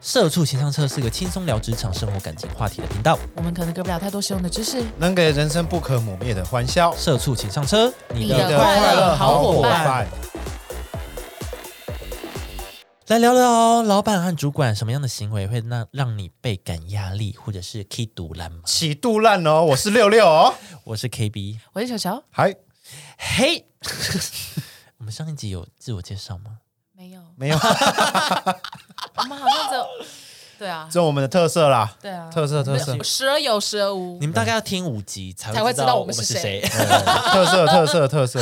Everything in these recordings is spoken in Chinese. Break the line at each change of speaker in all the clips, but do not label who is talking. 社畜情商车是个轻松聊职场、生活、感情话题的频道。
我们可能给不了太多实用的知识。
能给人生不可磨灭的欢笑。
社畜情商车，你
你的
的
快乐好伙伴，
来聊聊老板和主管什么样的行为会让让你倍感压力，或者是 K 独烂吗？
起肚烂哦，我是六六哦，
我是 KB，
我是小乔，
还
嘿， 我们上一集有自我介绍吗？
没有，
没有，
我们好像只有， 对啊，
这我们的特色啦，
对啊，
特色特色
没有时而有，时而无
你。们大概要听五集才
才会知道我
我
们是
是
谁
谁。
特色特色特色，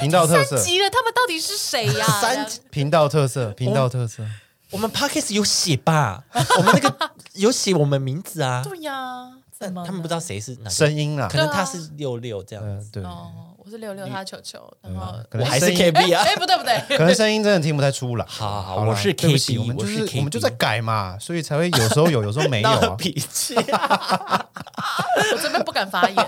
频道特色，
急了，他们到底是谁 呀？
三
频道特
哦
色，频道特色，
我们 podcast 有写吧？我们那个 有写我们名字啊，
对呀，怎么了
他们不知道谁是哪个，
声音啦
可，能他是六六这样
嗯
子，
对，啊
哦，我是六六，他是球球，然后
我
可能
还是
声音
KB 啊。
哎，不对不对，
可能声音真的听不太出来。
好好
啦
我是
对不起
KB
我们就
我是
是
KB
我们就在改嘛，所以才会有时候有，有时候没有
闹
啊，
脾气，
我这边不敢发言。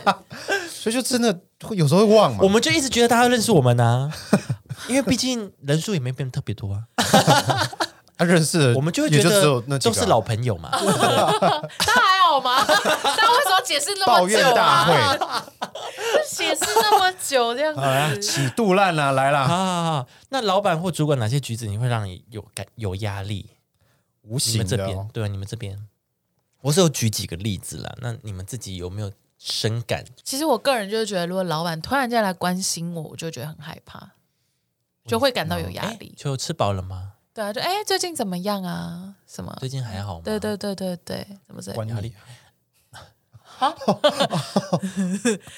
所以就真的会有时候会忘嘛
我。们就一直觉得大家认识我们 呢、因为毕竟人数也没变特别多啊，
啊认识的
我们就会
也
觉
就只
得
有那几
都
个啊
是老朋友 嘛。
他还好吗？他为什么解释那
抱
么
怨
久
大
啊？
会，
解释那么久这样
好啊啦，
子，
起肚烂啦，来啦。
啊，那老板或主管哪些举止你会让你有感有压力？
无
你
形
们这
的、
边
哦。
对，你们这边，我是有举几个例子啦。那你们自己有没有深感？
其实我个人就是觉得，如果老板突然间来关心我，我就觉得很害怕，就会感到有压
哦
力
哎
诶。就吃饱了吗？
对啊，就哎、最近怎么样啊？什么？
最近还好吗？
对对对对对，怎么怎么
关
压
你
力，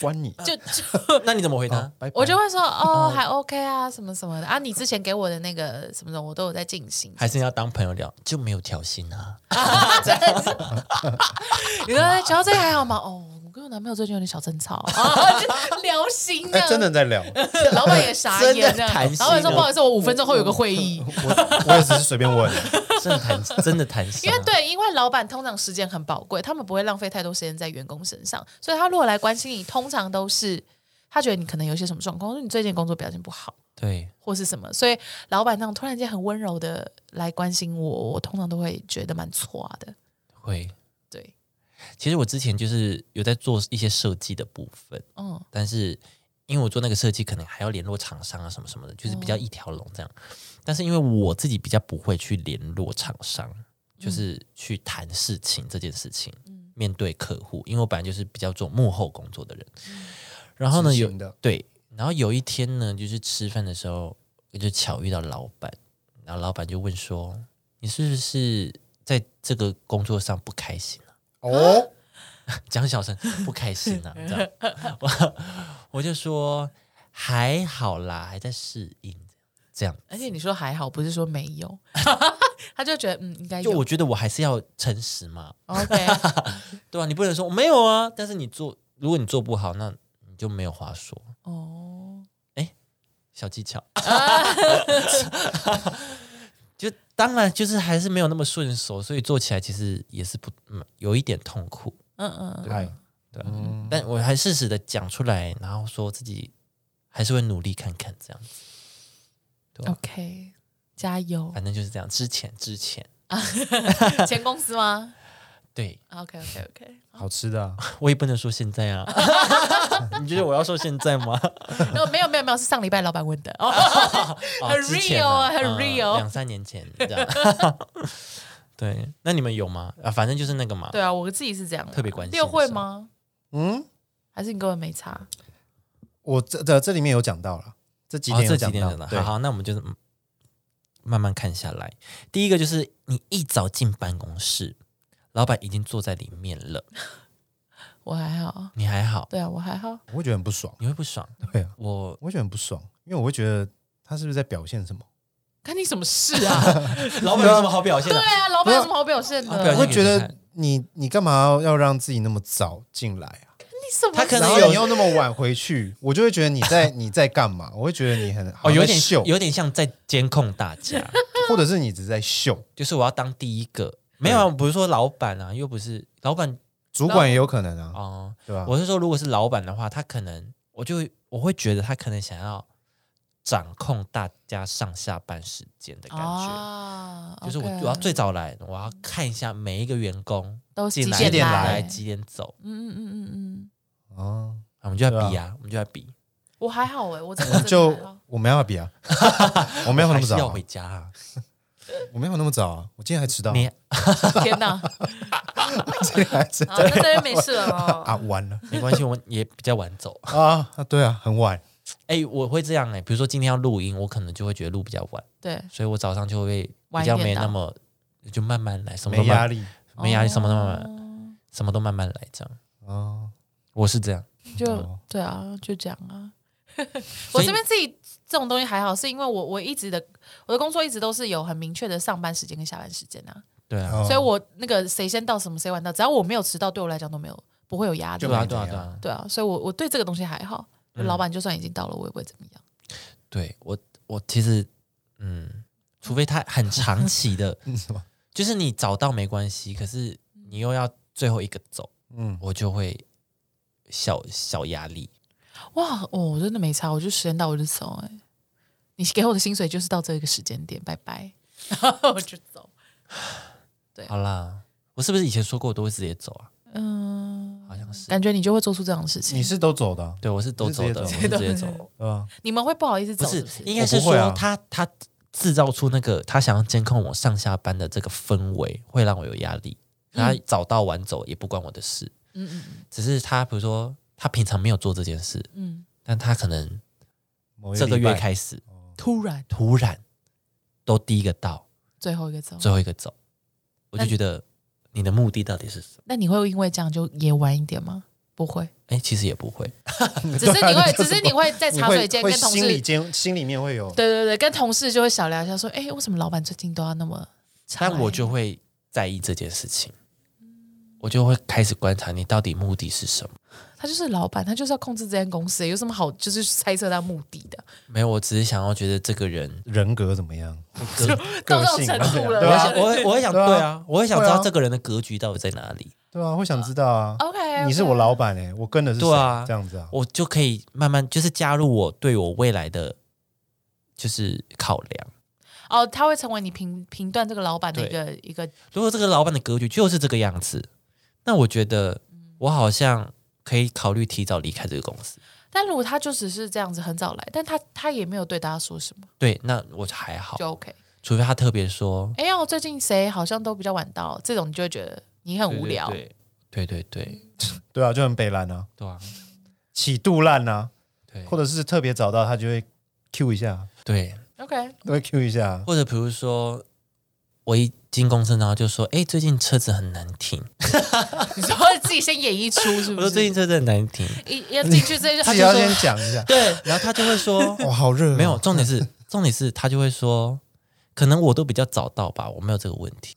关你，
就就
那你怎么回答？
拜拜
我就会 说哦，还 OK 啊，什么什么的啊。你之前给我的那个什么的，我都有在进 行。
还是要当朋友聊，就没有调薪啊？
真的是你说乔最近还好吗？哦，我跟我男朋友最近有点小争 吵啊，就聊心
哎、
的，
真的在聊，
老板也傻
真的
眼这样
谈心
老板说
哦
不好意思，我五分钟后有个会议。
我我也只是随 便问，
真的谈，真的谈薪
因
啊、
为对，因为老板通常时间很宝贵，他们不会浪费太多时间在员工身上，所以他如果来关心你，通常都是他觉得你可能有些什么状况，或者你最近工作表现不好，
对
或是什么，所以老板那种突然间很温柔的来关心我，我通常都会觉得蛮错的。
会。
对，
其实我之前就是有在做一些设计的部分，
嗯，
但是因为我做那个设计，可能还要联络厂商啊什么什么的，就是比较一条龙这样。但是因为我自己比较不会去联络厂商，就是去谈事情这件事情，面对客户，因为我本来就是比较做幕后工作的人。然后呢，
执
有
行的
对，然后有一天呢，就是吃饭的时候，我就巧遇到老板，然后老板就问说：“你是不是在这个工作上不开心？”
哦，
讲小声， 不开心 啊，这样，我 我就说还好啦，还在适应，这样，
而且你说还好，不是说没有， 他就觉得嗯应该
就
有
我觉得我还是要诚实嘛，
OK，
对吧、你不能说我没有啊，但是你做，如果你做不好，那你就没有话说，
哦，
小技巧， 就当然就是还是没有那么顺手，所以做起来其实也是不，嗯，有一点痛苦，
嗯嗯嗯，
哎，
对啊
嗯，
但我还适时的讲出来，然后说自己还是会努力看看这样子，
，OK，加油，
反正就是这样，之前之前。
前公司吗
对，
？OK OK OK。
好吃的、啊，
我也不能说现 在啊。你觉得我要说现在吗？
哦，没有没有没有，是上礼拜老板问的。哦，
哦
很
之前
real 啊
嗯
很 real
两三年前这样。对，那你们有吗？啊，反正就是那个嘛。
对啊，我自己是这样的，
特别关心的
六会吗？
嗯，
还是你根本没差？
我这啊这这里面有讲到了，这几
哦
天有
这几
讲
天
到，
真的。
对
好，好，那我们就是嗯慢慢看下来。第一个就是你一早进办公室，老板已经坐在里面了，
我还好，
你还好？
对啊，我还好。
我会觉得很不爽，
你会不爽？
对啊，
我
我会觉得很不爽，因为我会觉得他是不是在表现什么？
看你什么事 啊？
老板有什么好表现
对
的？
啊，老板有什么好表现的？
啊
你
表
我
现
会
给
觉
你
得
看
你你干嘛要让自己那么早进来啊？
什么事？
他
啊
可能
然
有
后你又那么晚回去，我就会觉得你在你在干嘛？我会觉得你很好
哦，
像
有
在
点
秀，
有点像在监控大家。
或者是你只是在秀，
就是我要当第一个。没有啊，不是说老板啊，又不是老板
主管也有可能啊，
哦、
对吧？
我是说，如果是老板的话，他可能我就我会觉得他可能想要掌控大家上下班时间的感觉。
啊，
就是我
OK
我要最早来，我要看一下每一个员工
都
进
几
来
点
几点
来
来几点走，
嗯嗯嗯嗯嗯，
哦，
啊我们就
对
在
啊
比啊，我们就在比，
我还好哎，我这
我
个
们就
真的还好
我没办法比啊， 我没有那
还
么
是
早
要
啊
回，家啊？
我没有那么早啊，我今天还迟到，
你
天哪，好，
今天还迟到
那这边没事了
啊，
哦。
晚了
没关系，我们也比较晚走。
啊，啊对啊，很晚，
哎、我会这样哎、比如说今天要录音，我可能就会觉得录比较晚，
对，
所以我早上就会
晚
比
一
较
点
没那
到哦
么，就慢慢来，什么
没
都
压
慢，
力
没压力，什么都慢慢，
慢，
什么都慢慢来，这样。
哦，
我是这样，
就
哦
对啊，就这样啊。 我
所以
这边自己这种东西还好，是因为我我一直的我的工作一直都是有很明确的上班时间跟下班时间啊，
对啊，
哦
所以我那个谁先到什么谁晚到，只要我没有迟到，对我来讲都没有不会有压力
就
对
没。
啊，
怎
对啊，
样
对啊，
对啊，所以我我对这个东西还好，
嗯
老板就算已经到了，我也不会怎么样。
对我我其实嗯，除非他很长期的，
嗯什么，
就是你早到没关系，可是你又要最后一个走，
嗯，
我就会小小压力。
哇哦，我真的没差，我就时间到我就走、哎，你给我的薪水就是到这个时间点，拜拜， 然后我就走。
好啦，我是不是以前说过我都会直接走啊？
嗯，
好像是，
感觉你就会做出这样的事情。
你是都走的啊，
对我是都
你是
走
直接
的，我
走
是直接走。
对吧？
你们会不好意思
不
走，
是
不是，？
应该是
我不会
说
啊
他他制造出那个他想要监控我上下班的这个氛围，会让我有压力。他早到晚走也不关我的事，
嗯嗯
只是他比如说他平常没有做这件事，
嗯，
但他可能
某一
这个
礼拜
月，开始
突然
突然都第一个到，
最后一个走，
最后一个走，我就
哦那
觉得你的目的到底是什么？
那你会因为这样就也晚一点吗？不 会，
哎，其实也不会，
只是你会，只是你会在
你
茶
会
水间
啊会
跟同
心里
事，
间心里面会有，
对对对，跟同事就会小聊一下，说，哎，为什么老板最近都要那么欸长来？
但我就会在意这件事情，我就会开始观察你到底目的是什么。
他就是老板，他就是要控制这间公司，欸有什么好就是猜测他目的的？
没有，我只是想要觉得这个人
人格怎么样？
到
个
这种
性
程
啊
度了，
对
我
啊
想，我会我会想，
对啊
对啊，我会想知
会
道
啊
这个人的格局到底在哪里，
对啊，会想知道啊。
OK，
你是我老板哎，我跟的是谁
对啊
这样子啊，
我就可以慢慢就是加入我对我未来的就是考量。
哦，他会成为你评评断这个老板的一个一个
如果这个老板的格局就是这个样子，那我觉得我好像可以考虑提早离开这个公司。
但如果他就只是这样子很早来，但他他也没有对大家说什么，
对，那我就还好，
就 OK。
除非他特别说
哎呀，我最近谁好像都比较晚到，这种你就会觉得你很无聊。
对对对对
对啊，就很北蓝啊，
对啊，
起肚烂啊，
对
或者是特别早到他就会 Q 一下，
对，
OK，
都会 Q 一下，
或者比如说我一进公司，然后就说，哎，最近车子很难停，
你说自己先演一出是
我
不
说
是？
最近车子很难停，
一要进去这就
自
他
己
就
要
说
先讲一下。
对，然后他就会说
哇，好热哦，
没有，重点是 重点是他就会说，可能我都比较早到吧，我没有这个问题。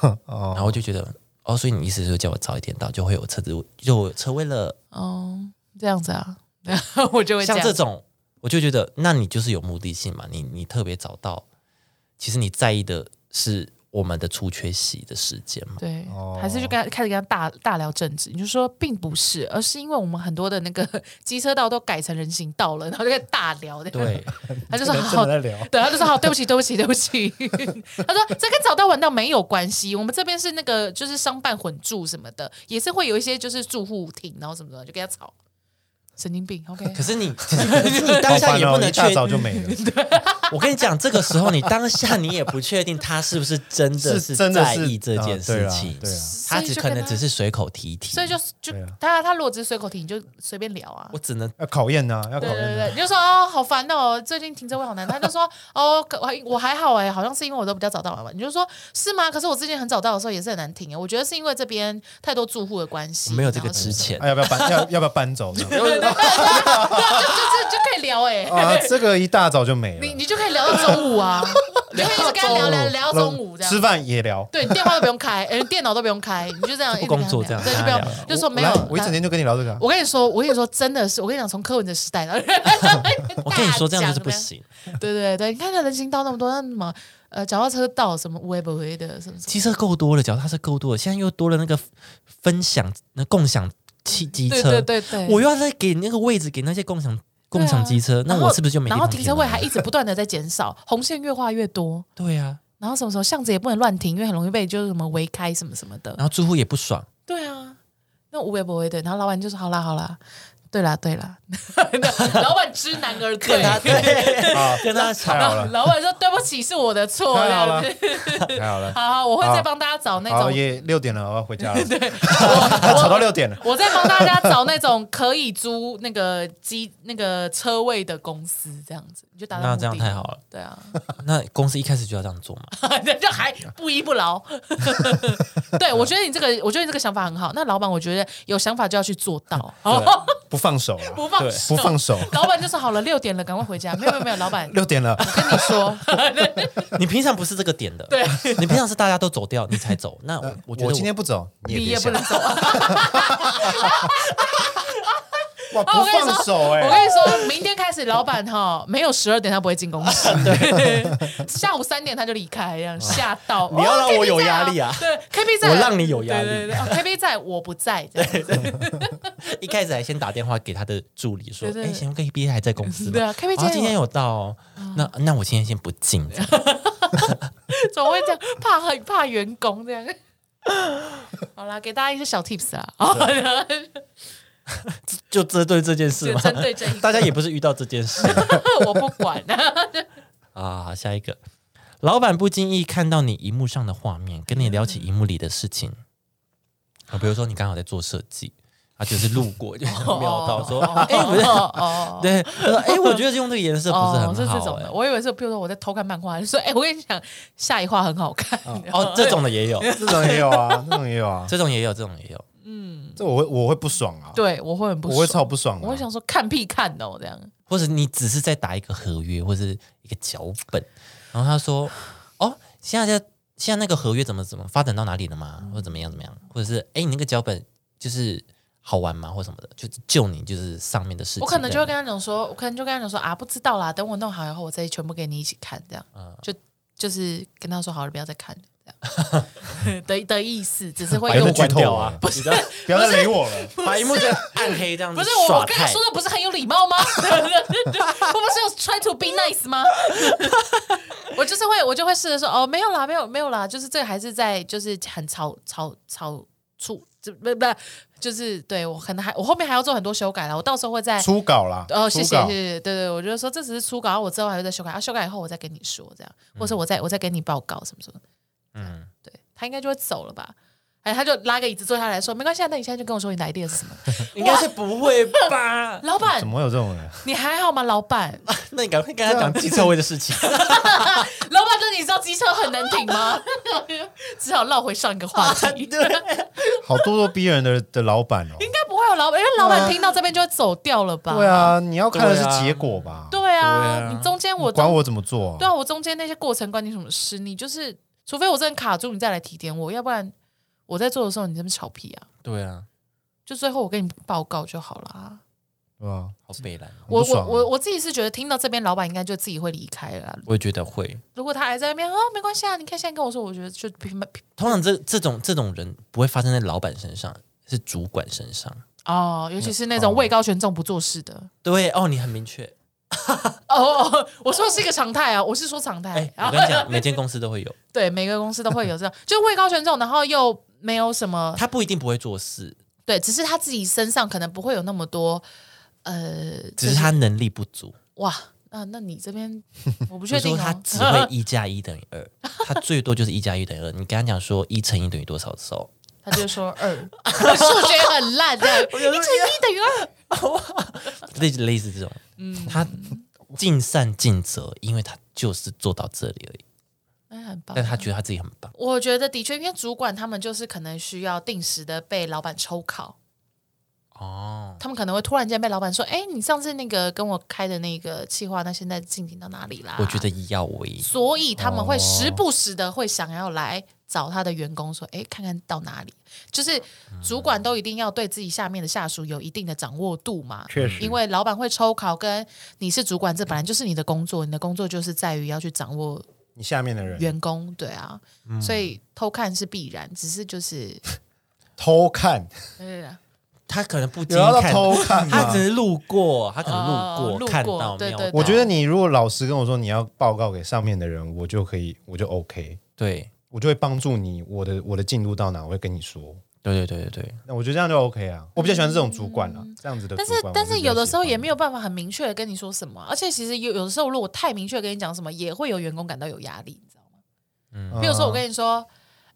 然
哦，
后我就觉得，哦，所以你意思是叫我早一点到，就会有车子，就有车位了。
哦这样子啊， 我就会这
像
样。
这种，我就觉得，那你就是有目的性嘛，你你特别早到，其实你在意的是我们的出缺席的时间嘛。
对，
哦
还是就跟他开始跟他大大聊政治，你就说并不是，而是因为我们很多的那个 机车道都改成人行道了，然后就开始大聊的。，
对，
他就
这
说
个真
好
的，在聊，
对，他就说好，对不起，对不起，对不起。他说这跟早到晚到没有关系，我们这边是那个就是商办混住什么的，也是会有一些就是住户停，然后什么什么就跟他吵，神经病。OK，
可是你，可是 你当
好
下
烦
也不
哦，一
能
大
确
早就没 了，
我跟你讲，这个时候你当下你也不确定他是不是真的
是真的
在
是
意这件事
啊
情，
对啊对啊，
他
所以
只
就
可
跟
能
他
只是随口提一提。
所以就就
对啊
当然他如果只是随口提，你就随便聊啊
我。只能
要考验啊呐，要考
对对
验
对，
呐。
你就说哦，好烦哦，最近停车位好难。他就说哦，可我还我还好哎，好像是因为我都比较早到晚晚。你就说是吗？可是我之前很早到的时候也是很难停哎，我觉得是因为这边太多住户的关系。
我没有这个
然后什
之
么
前
啊，。要不要搬？要要不要 搬走？这
就就就
样
就可以聊哎，
啊，这个一大早就没
你
了，
你就可以聊到中午啊，你就可以一直跟他聊聊聊到中午这
吃
样。
饭也聊。
对，你电话都不用开，哎，电脑都不用开，你就这样一直跟他
工作这
聊
样
对，就
跟
不
他
用就说没
我
有
来。我一整天就跟你聊这个啊，
我跟你说，我跟你说，真的是，我跟你讲，从柯文哲时代，然后
我跟你说，这样就是
大
不
讲
行。
对对对，你看那人行道那么多，那什么呃，脚踏车道什么无微不微的什么什么，
机车够多了，脚踏车够多了，现在又多了那个分享、那共享汽机
对
车，
对对对，啊
我又要再给那个位置给那些共享共享机车，那
然后
我是不是就没地
然
方
后停车
了
位还一直不断的在减少，红线越画越多，
对啊，
然后什么时候巷子也不能乱停，因为很容易被就是什么围开什么什么的。
然后住户也不爽，
对啊，那无微不微的。然后老板就说：“好啦，好啦，对啦，对啦。” 老板知难而退。
啊，
跟他吵
太好了，
老板说：“对不起，是我的错。”
太
这
好
样
了
子，
太好了。
好好，我会再
好
帮大家找那
好，
种，
也六点了，我要 回家了。
我
吵到六点了，
我再帮大家找那种可以租那个机那个车位的公司，这样子你就达到
那
目
这样
的
太好了。
对啊，
那公司一开始就要这样做嘛？
这还不依不饶。 对，我觉得你这个，我觉得你这个想法很好。那老板，我觉得有想法就要去做到，哦，
不放手啊，
不放
对
手
不放手。
老板就说好了，六点了，赶快回家。没有没有没有，老板
六点了，
跟 你说，
你平常不是这个点的，
对，
你平常是大家都走掉你才走。那我我觉得
呃我今天不走，你也
你
别
也不
想
能走。
哇，
啊
不
我跟你
放手
说，我
哎，
跟你说，明天开始，老板哈没有十二点他不会进公 司，下午三点他就离开，这样吓到。
你要让我有压力啊
哦！KB 在对，KB 在，
我让你有压力
对对对哦，KB 在，我不在，这样
一开始还先打电话给他的助理说：“
对对
哎，先跟 B 还在公司吗？
对啊，KB
哦
今
今天
天有啊
有到哦，那那我今天先不 进。这样
怎么会这样？怕很怕员工这样。好啦，给大家一些小 tips 啊，哦，
就针对这件事
就
吗？
针对这一
大家也不是遇到这件事
个， 我不管。
啊。好下一个，老板不经意看到你荧幕上的画面，跟你聊起荧幕里的事情。啊，比如说你刚好在做设计，他就是路过就瞄到说：“哎，我在
哦哦
对，他说哎，我觉得用这个颜色不是
哦
很
这
好。
种
哎
的，我以为是，比如说我在偷看漫画，就说，哎，我跟你讲，下一画很好看。
哦，这种的也有，
这种也有啊，这种也有啊，
这种也有，这种也有。
这我会我会不爽啊，
对，我会很不
我
爽，
会超不爽的
我会
啊。
想说看屁看哦，这样
或者你只是在打一个合约或者是一个脚本，然后他说：“哦，现在在现在那个合约怎么怎么发展到哪里了吗？或者怎么样怎么样？或者是哎，你那个脚本就是好玩吗？或什么的，就是救你就是上面的事情。”
我可能就会跟他讲说，我可能就跟他讲说啊，不知道啦，等我弄好以后，我再全部给你一起看，这样，
嗯
就就是跟他说好了，不要再看了，这 样的的意思，只是会
白
用
目。剧透啊
不是
不要再雷我了，
把荧幕这样暗黑这样子
不是我，
耍
我跟他
态
说的不是很有礼貌吗？ 我不是有 try to be nice 吗？ 我就是会，我就会试着说，哦，没有啦，没有，没有啦，就是这个还是在，就是很草草草处，就不不，就是对我可能还我后面还要做很多修改啦，我到时候会在
初稿啦，
哦，谢
初
谢，谢
稿
谢，对对，我就说这只是初稿，然后我之后还会再修改，啊，修改以后我再跟你说这样，或者
嗯
是我再我再跟你报告什么什么，
嗯，
对他应该就会走了吧。哎，他就拉个椅子坐下来说：“没关系啊，那你现在就跟我说你的 idea 是什么。 ？”
应该是不会吧
老板
怎，么会有这种人？
你还好吗？老板，
那你赶快跟他讲机车位的事 情。
老板，那你知道机车很难停吗？ 只好绕回上一个话
啊
题。应
好咄咄逼人的的老板哦。
该不会有老板，因为老板听到这边就会走掉了吧？
啊对，啊，你要看的
对啊
是结果吧？
对
对啊
啊，你中间我
管我怎么做
对
啊？
啊，我中间那些过程关你什么事？你就是，除非我真的卡住，你再来提点我，要不然我在做的时候你这么吵屁啊！
对啊，
就最后我跟你报告就好啦。
对吧？
好北蓝，
很
我
不
我
爽啊
我我自己是觉得听到这边，老板应该就自己会离开了啦。
我也觉得会。
如果他还在那边哦，没关系啊，你看现在跟我说，我觉得就平平
通常这这种这种人不会发生在老板身上，是主管身上。
哦，尤其是那种位高权重不做事的。
对哦，你很明确。
哦哦，哦我说的是一个常态啊，我是说常态
哎。，
然
我
后
跟你 讲，每间公司都会有，
对每个公司都会有这样，就位高权重，然后又没有什么
他不一定不会做事，
对，只是他自己身上可能不会有那么多呃，
只是他能力不足。
哇，那那你 这边我不
就
确
是
定、
说
哦，
他只会一加一等于二，他最多就是一加一等于二。你跟他讲说一乘一等于多少的时候，
他就说 二，数学很烂这样，一乘一等于二，
类类似这种，
嗯
他尽善尽责，因为他就是做到这里而已。
那哎很棒
但。他觉得他自己很棒，
我觉得的确，因为主管他们就是可能需要定时的被老板抽考，
哦，
他们可能会突然间被老板说：“哎，你上次那个跟我开的那个计划，那现在进行到哪里啦？”
我觉得要为
所以他们会时不时的会想要来找他的员工说：“哎，看看到哪里。”就是主管都一定要对自己下面的下属有一定的掌握度嘛，
确实
因为老板会抽考，跟你是主管，这本来就是你的工作，你的工作就是在于要去掌握
你下面的人
员工，对啊，
嗯
所以偷看是必然，只是就是，啊
偷看，
对对对
他可能不经
有要到
意看，
偷看吗
他只是路过，他可能
哦
路过
路过
看到
对
没有
对
到。
对
我觉得你如果老实跟我说你要报告给上面的人，我就可以，我就 OK，
对
我就会帮助你，我的我的进度到哪，我会跟你说。
对对对对对，
那我觉得这样就 OK 啊，我比较喜欢这种主管啊，这样子的主
嗯但是
管。
但是有的时候也没
有，
有办法很明确的跟你说什么，而且其实有有的时候如果太明确地跟你讲什么，也会有员工感到有压力，你知道吗？
嗯
比如说我跟你说。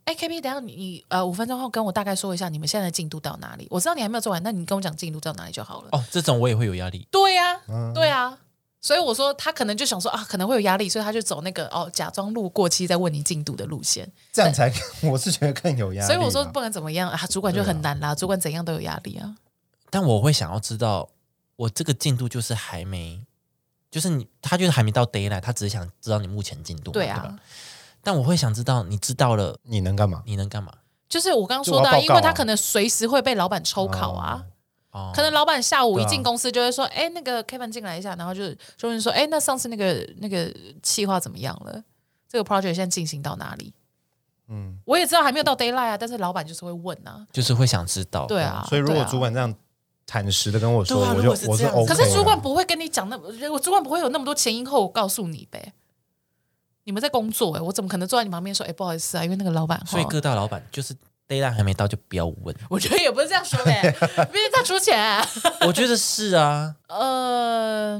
哎，K P，等一下你你呃五分钟后跟我大概说一下你们现在的进度到哪里？我知道你还没有做完，那你跟我讲进度到哪里就好了。
哦，这种我也会有压力。
对呀、
嗯
对啊，所以我说他可能就想说啊，可能会有压力，所以他就走那个哦，假装路过，其实在问你进度的路线。
这样才，我是觉得更有压力
所
啊。
以我说不管怎么样啊，主管就很难啦，主管怎样都有压力啊。
但我会想要知道，我这个进度就是还没，就是你他就是还没到 d a y l i g h t 他只是想知道你目前进度嘛，
对
对
啊
吧？但我会想知道你知道了，
你能干嘛？
你能干嘛？
就是我刚刚说的、
就我要报告啊
因为他可能随时会被老板抽考啊，
哦，
可能老板下午一
对啊
进公司就会说，哎、那个 Kevin 进来一下，然后就就问说，哎，那上次那个那个计划怎么样了？这个 project 现在进行到哪里？
嗯，
我也知道还没有到 d a y l i g h t 啊，但是老板就是会问啊，
就是会想知道，
对啊。
哦所以如
对
果
啊
主管这样坦实的跟我说，
对啊
我
如
就
果是
我
这样子
OK
可
啊。
是主管不会跟你讲那么，我主管不会有那么多前因后果告诉你呗。你们在工作哎、我怎么可能坐在你旁边说哎、不好意思啊，因为那个老板。
所以
哦
各大老板就是 d a y l i g h t 还没到就不要问，
我觉得也不是这样说 的、欸，毕竟他出钱、啊
我觉得是啊，
呃，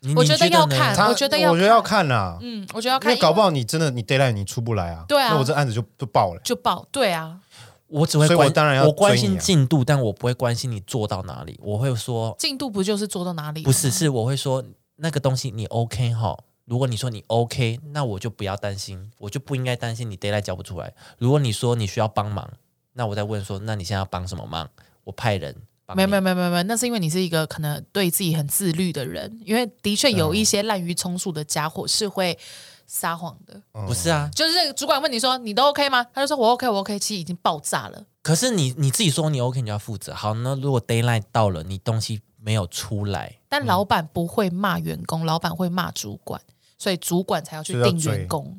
你
我
你
觉
觉
得要
呢
看
他
我觉得要
我觉得要看啦，
嗯，我觉得要
因
看，
为搞不好你真的你 d a y l i g h t 你出不来啊，
对啊
那我这案子就就爆了。
就报对啊，
我只会
所以
关，
我当然要
我关
追你
心
啊
进度，但我不会关心你做到哪里。我会说
进度不就是做到哪里？啊
不是，，是我会说那个东西你 OK 哈。如果你说你 OK，那我就不要担心，我就不应该担心你 d a y l i g h t 交不出来。如果你说你需要帮忙，那我再问说，那你现在要帮什么忙？我派人帮
没有
你
没有没有没有没有，那是因为你是一个可能对自己很自律的人，因为的确有一些滥竽充数的家伙是会撒谎的，
不是啊。
就是主管问你说你都 OK 吗？他就说我 OK 我 OK，其实已经爆炸了。
可是你你自己说你 OK，你就要负责。好，那如果 d a y l i g h t 到了，你东西没有出来，
但老板不会骂员工，老板会骂主管，所以主管才要去
所以要
定
追
员工，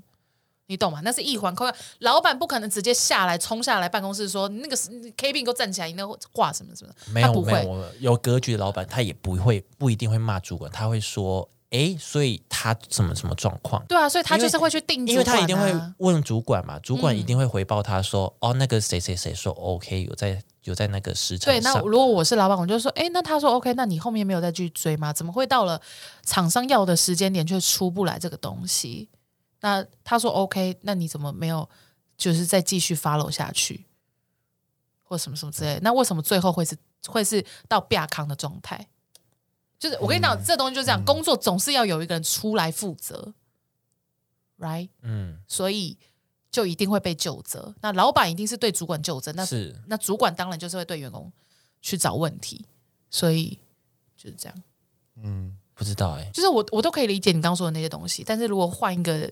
你懂吗？那是一环扣一环，老板不可能直接下来冲下来办公室说那个 K B 你给我站起来，你那个话什么什么的，
没
他
有
不
没有，
会。
我有格局的老板他也不会不一定会骂主管，他会说，诶，所以他什么什么状况？
对啊，所以他就是会去定主
因为
管、啊嗯
他一定会问主管嘛，主管一定会回报他说，哦，那个谁谁谁说 OK，有在有在那个时程
对，那
上。
如果我是老板，我就说，哎，那他说 OK，那你后面没有再去追吗？怎么会到了厂商要的时间点却出不来这个东西？那他说 OK，那你怎么没有就是再继续 follow 下去，或什么什么之类的？那为什么最后会是会是到亚康的状态？就是我跟你讲，这东西就这样，工作总是要有一个人出来负责，right？
嗯，
所以就一定会被就责。那老板一定是对主管就责，那
是
那主管当然就是会对员工去找问题，所以就是这样。
嗯，
不知道哎、
就是我我都可以理解你刚刚说的那些东西，但是如果换一个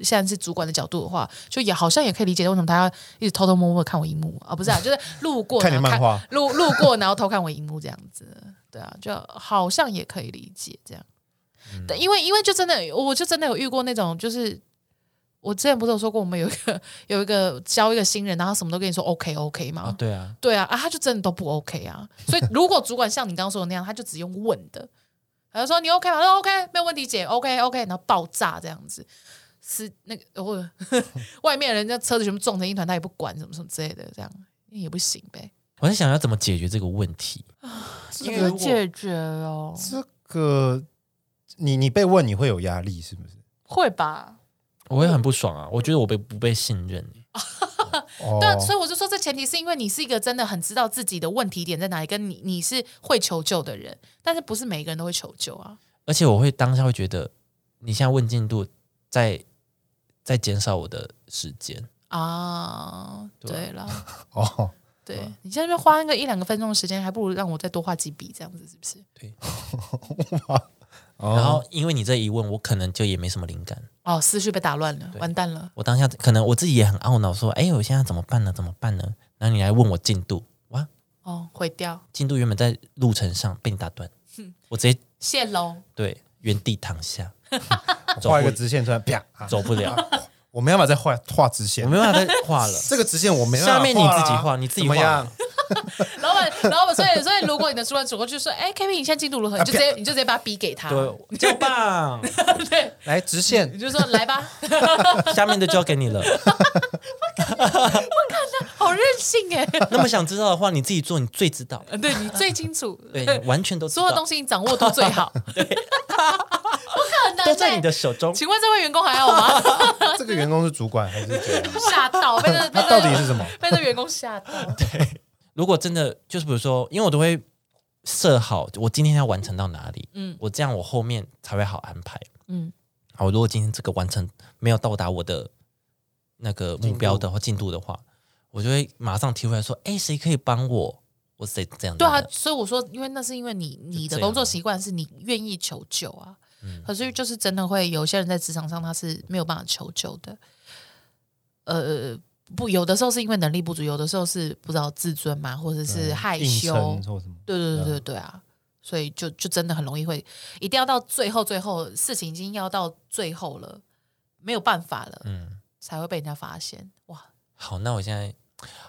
现在是主管的角度的话，就也好像也可以理解为什么他要一直偷偷摸摸地看我荧幕啊，不是啊，就是路过
看你
然后
漫画
路路过然后偷看我荧幕这样子，对啊，就好像也可以理解这样。
嗯
对，因为因为就真的，我就真的有遇过那种，就是我之前不是有说过，我们有一个有一个教一个新人，然后他什么都跟你说 OK OK 吗？
啊，对啊，
对啊，啊，他就真的都不 OK 啊。所以如果主管像你刚刚说的那样，他就只用问的，他就说你 OK 吗？他说 OK，没有问题，姐 OK OK，然后爆炸这样子，是那个或者 外面人家车子全部撞成一团，他也不管什么什么之类的，这样也不行呗。
我在想要怎么解决这个问题。因为如果
决哦，
这个你你被问你会有压力是不是？
会吧？
我会很不爽啊，我觉得我被不被信任、欸
哦
对啊，所以我就说，这前提是因为你是一个真的很知道自己的问题点在哪里，跟你你是会求救的人，但是不是每一个人都会求救啊？
而且我会当下会觉得，你现在问进度在在减少我的时间，
啊，
对啊
对了。
哦，
嗯
对你现在就花那个一两个分钟的时间，还不如让我再多画几笔，这样子是不是？
然后因为你这一问，我可能就也没什么灵感。
哦，思绪被打乱了，
对
完蛋了。
我当下可能我自己也很懊恼，说：“哎，我现在怎么办呢？怎么办呢？”然后你来问我进度，哇，
哦，毁掉，
进度原本在路程上被你打断，我直接
谢喽。
对原地躺 下，啊走
画一个
不
直线突然啪，啊
走不了，
我没办法再画画直
我
线
没，办法再画了。
这个直线我没办法
下面你
画啦啊
自己画你自己
怎么
画
样
吧？
老板， 老板，所以所以如果你的主管走过去说，哎，Kevin，你现在进度如何？你就直接你就直接把笔给 他，
对，就棒，
对，
来直 线
你，就说 来吧，
下面的交给你了。
好任性哎，
那么想知道的话，你自己做，你最知道，
对你最清楚，
对，你完全都知
所有东
道，
西你掌握都最 好，对，不可能，
都在你的。手中。
请问这位员工还好吗？
这个员工是主管还是怎样？
吓到， 被这被
他
这
到底是什么？
被这员工吓到。
如果真的就是比如说，因为我都会设好我今天要完成到哪里，嗯
嗯，
我这样我后面才会好安排。
嗯，
好，我如果今天这个完成没有到达我的那个目标的话，进度的话，我就会马上提出来说，哎，谁可以帮我？我谁这样？
对啊
这样，
所以我说，因为那是因为你你
就这
的
样
工作
啊嗯
习惯是你愿意求救啊。可是就是真的会有些人在职场上他是没有办法求救的，呃，不，有的时候是因为能力不足，有的时候是不知道自尊嘛，或者是害
硬
羞，
撑或什么？
对对对对对
嗯
啊，所以就就真的很容易会，一定要到最后最后事情已经要到最后了，没有办法了，
嗯，
才会被人家发现。哇，
好，那我现在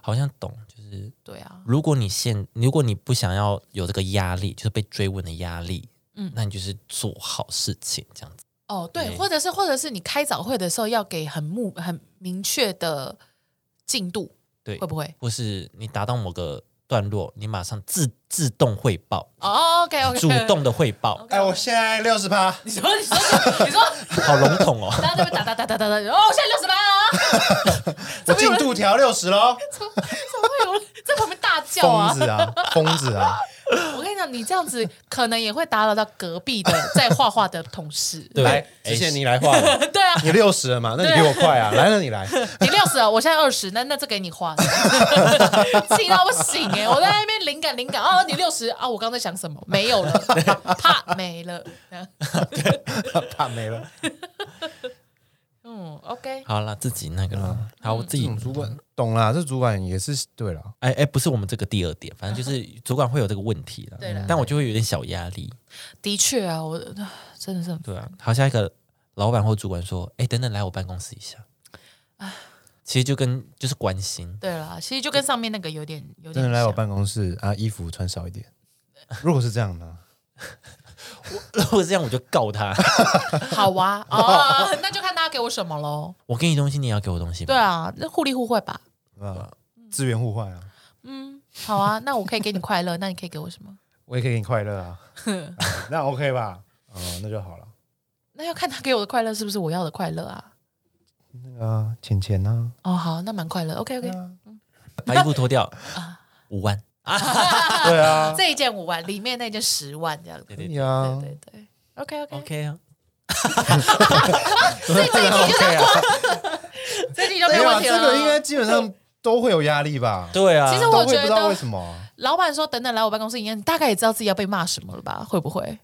好像懂，就是
对啊，
如果你现，如果你不想要有这个压力，就是被追问的压力，嗯
嗯，
那你就是做好事情这样子。
哦对
对，
或者是或者是你开早会的时候要给很目很明确的进度，
对，
会不会？
或是你达到某个段落，你马上自自动汇 报，
哦，OK OK，
主动的汇报，
哎，我现在六十趴，
你说你说你说，
好笼统 哦。
大家这边打打打打打打，哦，我现在六十八啊，
我进度调六十喽，
怎么怎么会有人在旁边大叫
疯
啊？
子啊，疯子啊！
我跟你讲，你这样子可能也会打扰到隔壁的在画画的同事。
对
来，
哎
之前你来画了，
对啊，
你六十了嘛？那你比我快啊！ 来，那 你来，
你六十了，我现在二十，那那这给你画，气到不行哎、我在那边灵感灵感啊，你六十啊，我刚在想什么？没有了，啪没了。
怕没了。
嗯，OK，
好啦，自己那个啦，好，嗯我自
这
己
种。主管懂啦，这主管也是对啦。
哎哎，不是我们这个第二点，反正 就是主管会有这个问题了。
对啦
但我就会有点小压力。
的确啊，我真的是很
对啊，好，下一个老板或主管说：“哎，等等，来我办公室一下。”其实就跟就是关心，
对啦，其实就跟上面那个有点有
真
点
的来我
像。
办公室啊，衣服穿少一点。如果是这样呢？
如果这样我就告他。
好 啊，啊，那就看大家给我什么喽。
我给你东西，你也要给我东西吧。
对啊，那互利互惠吧。
啊，资源互换啊，
嗯，好啊，那我可以给你快乐，那你可以给我什么？
我也可以给你快乐啊，啊那 OK 吧？哦，那就好了。
那要看他给我的快乐是不是我要的快乐啊？
那个啊钱钱呢？
哦，好，那蛮快乐。OK OK，、
把衣服脱 掉，
啊
五万。
对啊，
这一件五万，里面那件十万这样子。
对
可
对
以啊，
对对对，OK OK，
OK 啊，
所以这一题就
OK 啊，
是这一题就没
没
有
有啊
问题
这
了。
个应该基本上都会有压力吧？
对啊。
其实
都
我
会
觉得
不知道为什么啊。
老板说等等来我办公室营业，你大概也知道自己要被骂什么了吧？会不会？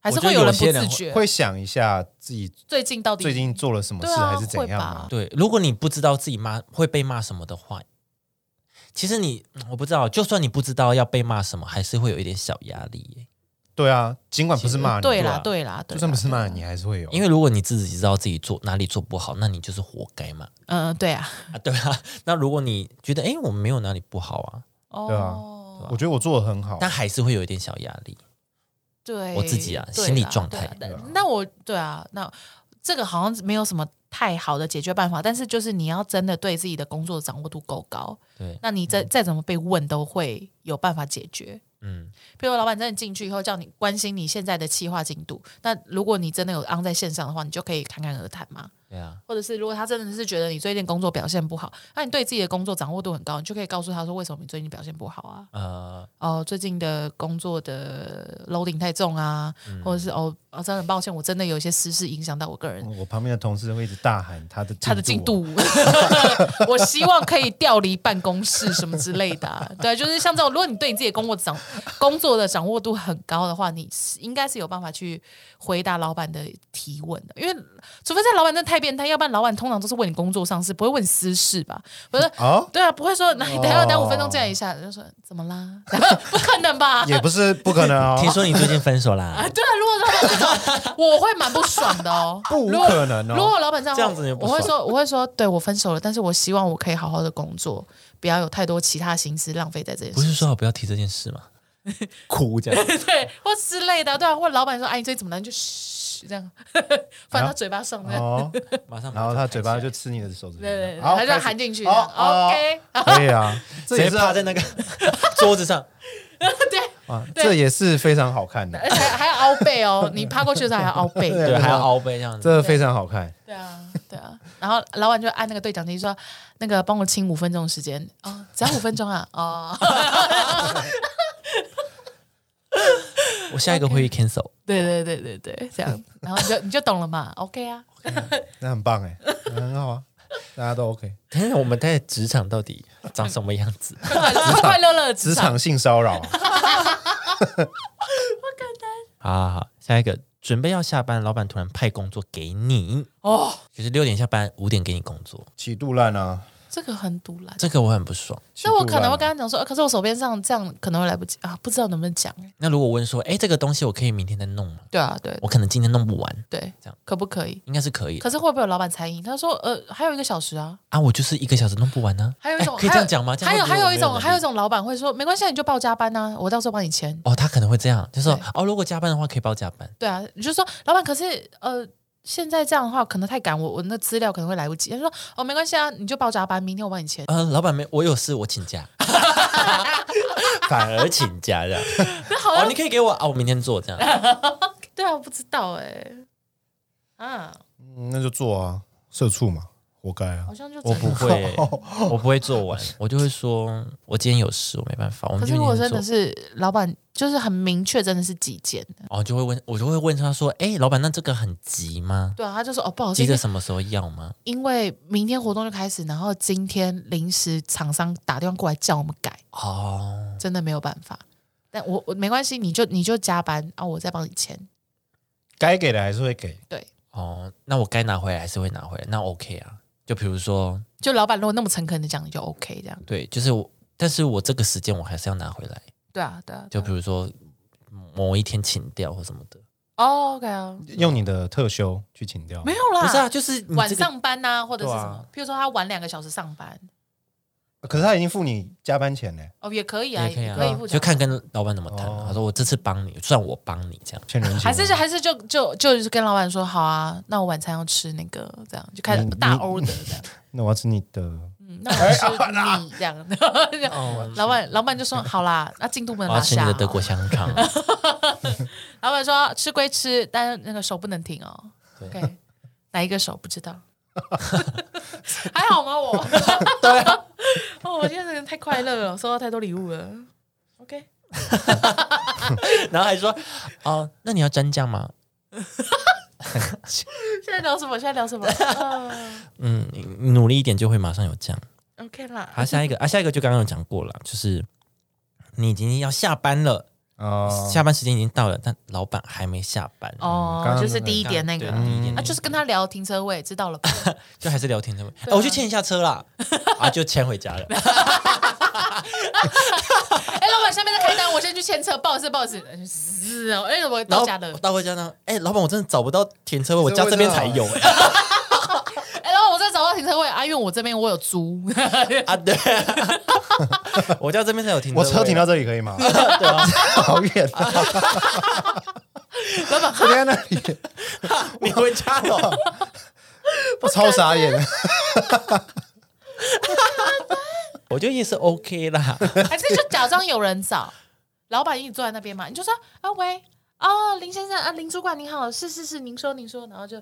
还是
我觉得
会人
有
不
些人
自觉？
会想一下自己
最近到底
最近做了什么
对
事，
啊
还是怎样
会
啊
吧？
对，如果你不知道自己骂会被骂什么的话，其实你嗯我不知道，就算你不知道要被骂什么，还是会有一点小压力耶。
对啊，尽管不是骂你，
对
啊
啦对啦，对
就
啦
算不是骂你，你还是会有。
因为如果你自己知道自己做哪里做不好，那你就是活该嘛。
嗯对啊，
啊，对啊。那如果你觉得哎，诶我没有哪里不好啊，
哦，
我觉得我做的很好，
但还是会有一点小压力。
对，
我自己啊
对
心理
啦
状
对
态
啊那那我对啊，那这个好像没有什么太好的解决办法，但是就是你要真的对自己的工作掌握度够高，
对，
那你再再怎么被问都会有办法解决。
嗯，
比如老板真的进去以后叫你关心你现在的企划进度，那如果你真的有昂在线上的话，你就可以侃侃而谈嘛。
对啊，
或者是如果他真的是觉得你最近工作表现不好，那你对自己的工作掌握度很高，你就可以告诉他说为什么你最近表现不好啊。
呃，
哦，最近的工作的 loading 太重啊，
嗯
或者是哦，哦，真的很抱歉，我真的有一些私事影响到我个人
我旁边的同事会一直大喊他的
他的进
啊，
度，我希望可以调离办公室什么之类的啊、对，就是像这种，如果你对你自己的工作掌工作的掌握度很高的话，你是应该是有办法去回答老板的提问的。因为除非这老板真的太变态，要不然老板通常都是问你工作上事，不会问你私事吧？不是，
啊，
对啊，不会说那你等一下
哦
等五分钟见一下，就说怎么啦？ 不可能吧？
也不是不可 能哦，
听说你最近分手
啊，
啦？
对啊，如果老板这种，我会蛮不爽的哦。
不无
如果
可能哦
如果老板这样
这样子你不
我
爽
会说，我会说，对我分手了，但是我希望我可以好好的工作，不要有太多其他心思浪费在这件
不
事。
是说好不要提这件事吗？哭这样，
对，或之类的，对啊，或老板说，哎，你最近怎么了？你就嘘这样，放到嘴巴上面，
哦，
马上
然后他嘴巴就吃你的手指头，
对对对，
好
他就
开始
含进去这
好
样
哦
，OK，
可以啊，这也
直接
是
趴在 那个桌子上，
啊，这也是非常好 看的，
而且还还要凹背哦，你趴过去的时候还要凹背，
对啊
对，还要凹背这样子。
这非常好看。
对啊，对啊。然后老板就按那个对讲机说：“那个帮我清五分钟的时间哦，只要五分钟啊，哦，
我下一个会议 cancel，
对对对对对，这 样，然后你就你就懂了嘛，OK 啊，
那很棒哎、很好啊，大家都 OK。
天啊，我们在职场到底长什么样 子？
快快乐乐的
职
职场
场性骚扰，
好好好，下一个准备要下班，老板突然派工作给你，
哦，
就是六点下班，五点给你工作，
起肚烂啊！
这个很独揽。”
这个我很不爽。
起
所以我
肚
可能
烂
会
啊
跟他讲说，呃可是我手边上这样可能会来不及啊，不知道能不能讲。
那如果问说，哎，这个东西我可以明天再弄吗？
对啊，对
我可能今天弄不完，
对，
这样
可不可以？
应该是可以的
可是会不会有老板猜疑？他说，呃，还有一个小时啊，
啊，我就是一个小时弄不完呢、
还有一种
哎可以这样讲吗？
还有
这样
还
会
有
觉
一
得我
种
没
还有一
能力
种老板会说，没关系啊，你就报加班呐，我到时候帮你签。
哦，他可能会这样，就说
对
哦，如果加班的话可以包加班，
对啊，你就说老板，可是呃，现在这样的话可能太赶，我我那资料可能会来不及。他说哦，没关系啊，你就报加班，明天我帮你签。
呃，老板没我有事我请 假，反而请假这样，
那好
哦，
像、
你可以给我啊，我明天做这样，
对啊，我不知道哎、啊，
嗯那就做啊，社畜嘛，活该啊
好！像就
我
真的哦
不会、我不会做 完，我就会说我今天有事，我没办法，我
可
们
是
就
如果
明天做
真的。是老板，就是很明确，真的是几件的，
哦，就会问我就会问他说，哎，老板，那这个很急吗？
对啊，他就说哦，不好意思，
急
因
着
为
什么时候要吗？
因为明天活动就开始，然后今天临时厂商打电话过来叫我们改，
哦，
真的没有办法。但我我没关系，你就你就加班啊，我再帮你签。
该给的还是会给，
哦，那我该拿回来还是会拿回来，那 OK 啊。就比如说，
就老板如果那么诚恳的讲，你就 OK 这样。
对，就是我，但是我这个时间我还是要拿回来。
对啊，对啊，
就比如说某一天请掉或什么的，
哦，OK 啊，
用你的特休去请掉。
没有啦，
不是啊，就是你嗯
晚
这个
上班呐、或者是什
对
么
啊，
譬如说他晚两个小时上班，
可是他已经付你加班钱呢，
哦，也可以啊，
也可以啊，
可以不
就看跟老板怎么谈啊、
哦
他说我这次帮你，算我帮你这样。
欠人情啊。
还是还是就就就是跟老板说好啊，那我晚餐要吃那个这样，就开始
嗯
大
你
欧的这样，
那我要吃你的，
嗯那我吃你这样， 这样老板老板就说好啦，那进度不能
哦我要
落
吃你
下
的
哦。
德国香肠，
老板说吃归吃，但是那个手不能停哦。
对
OK，哪一个手不知道？还好吗？我
对
哦，我现在这个人太快乐了，收到太多礼物了。OK，
然后还说哦，那你要蘸酱吗？
现在聊什么？现在聊什么？嗯
嗯，你你努力一点就会马上有酱。
，OK 啦。
好、下一个啊，下一个就刚刚有讲过了，就是你已经要下班了，
啊，
下班时间已经到了，但老板还没下班，
哦
刚，刚
就是第一点那
对
个，
第一点
啊，就是跟他聊停车位，知道了吧？
就还是聊天的、
对
哎
啊
我去牵一下车啦，啊，就牵回家了。
哎，老板下面在开单，我先去牵车，不好意思，不好意思，是哦，哎，我
然
到
后
家了
我，到回家呢，哎，老板，我真的找不到停车位，我
停车
家
位
这边
在哪
才有哎。
哎，老板，我再找到停车位啊，因为我这边我有租，
啊，对， 我家这边才有停车
我
位，
车停到这里可 以吗？对啊，好远啊！老板，这边那 里，
你回家了，
我超傻 眼的。
我觉得也是 OK 啦。
还是就假装有人找，老板一直坐在那边嘛，你就说啊喂，哦，林先生啊，林主管您好，是是是，您说您说，然后就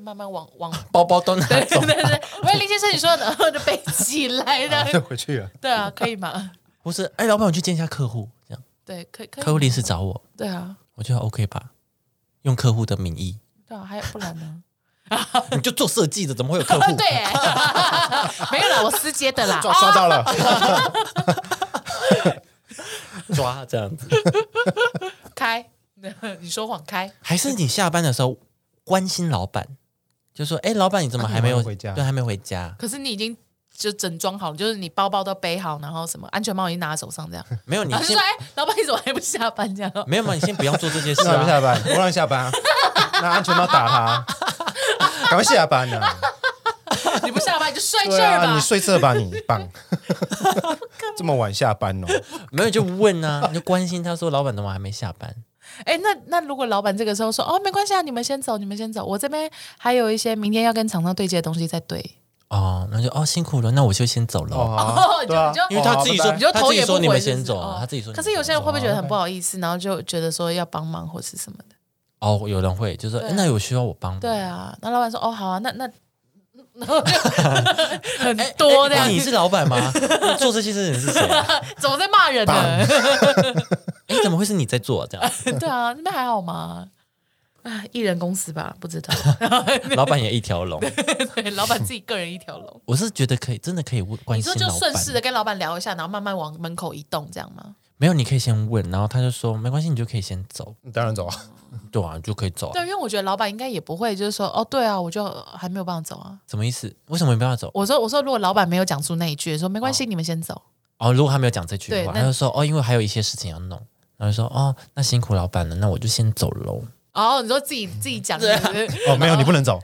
慢慢往 往，
包包都拿
对
走
对，对，喂，林先生你说，然后就背起来
就
的，
回 去了。
对啊，可以吗？
不是，哎，老板，我去见一下客户，这样
对，可以可以，
客户临时找我，
对啊，
我觉得 OK 吧？用客户的名义，
对啊，还有不然呢？
你就做设计的，怎么会有客
啊，
户？
对， 没有啦，我私接的啦，
抓刷到了，
抓这样子。
开， 你说谎开，
还是你下班的时候关心老板，就说：“哎、老板，你怎么
啊
还没有、
你还没回家
对，还没回 家？
可是你已经就整装好了，就是你包包都背好，然后什么安全帽已经拿在手上这样，
没 有，你
然后就
先
说哎，老板你怎么还不下班这样？
没有嘛？你先不要做这 件事
让他
啊。
下班，我让你下班啊，拿安全帽打他，啊赶快下班呢、啊！
你不下班你就睡 这
对
哎儿
啊，
吧
你。睡这吧，你 棒！这么晚下班哦，
没有你就问啊，你就关心他说：老板怎么还没下班？
哎，那那如果老板这个时候说哦没关系啊，你们先走，你们先走，我这边还有一些明天要跟厂商对接的东西在对。
哦，那就哦辛苦了，那我就先走了。
哦，
哦
对啊
你就你就
因为他自己说，
哦拜
你
拜
就
他
头
自己
也不
说你们
回是不
先
是
走啊，
哦
他自己说你们先走啊。啊
可是有些人会不会觉得很
拜拜
不好意思，然后就觉得说要帮忙或是什么的？
哦，有人会就说，
对
哎
啊
那有需要我帮忙？
对
哎，
啊，那老板说哦好啊，那那。 然后就 很多这样
哎你
子，
是老板吗？做这些事情是谁啊？
怎么在骂人呢？
哎，怎么会是你在做啊这 样？
对啊，那边还好吗？啊，艺人公司吧，不知 道。
老板也一条龙，
对，老板自己个人一条龙。
我是觉得可以，真的可以问关
你
心
说就
老板
顺。势的跟老板聊一下，然后慢慢往门口移动，这样吗？
没有，你可以先问，然后他就说没关系，你就可以先走，
你当然走啊，
对啊，你就可以走啊。
对，因为我觉得老板应该也不会就是说，哦，对啊，我就还没有办法走啊。
什么意思？为什么没办法走？
我说，我说，如果老板没有讲出那一句，说没关系，你们先走。
哦，如果他没有讲这句
对
话，
那
他就说哦，因为还有一些事情要弄，然后就说哦，那辛苦老板了， 那我就先走喽。
哦，你说自己自己讲， 是不是
哦，没有，你不能走，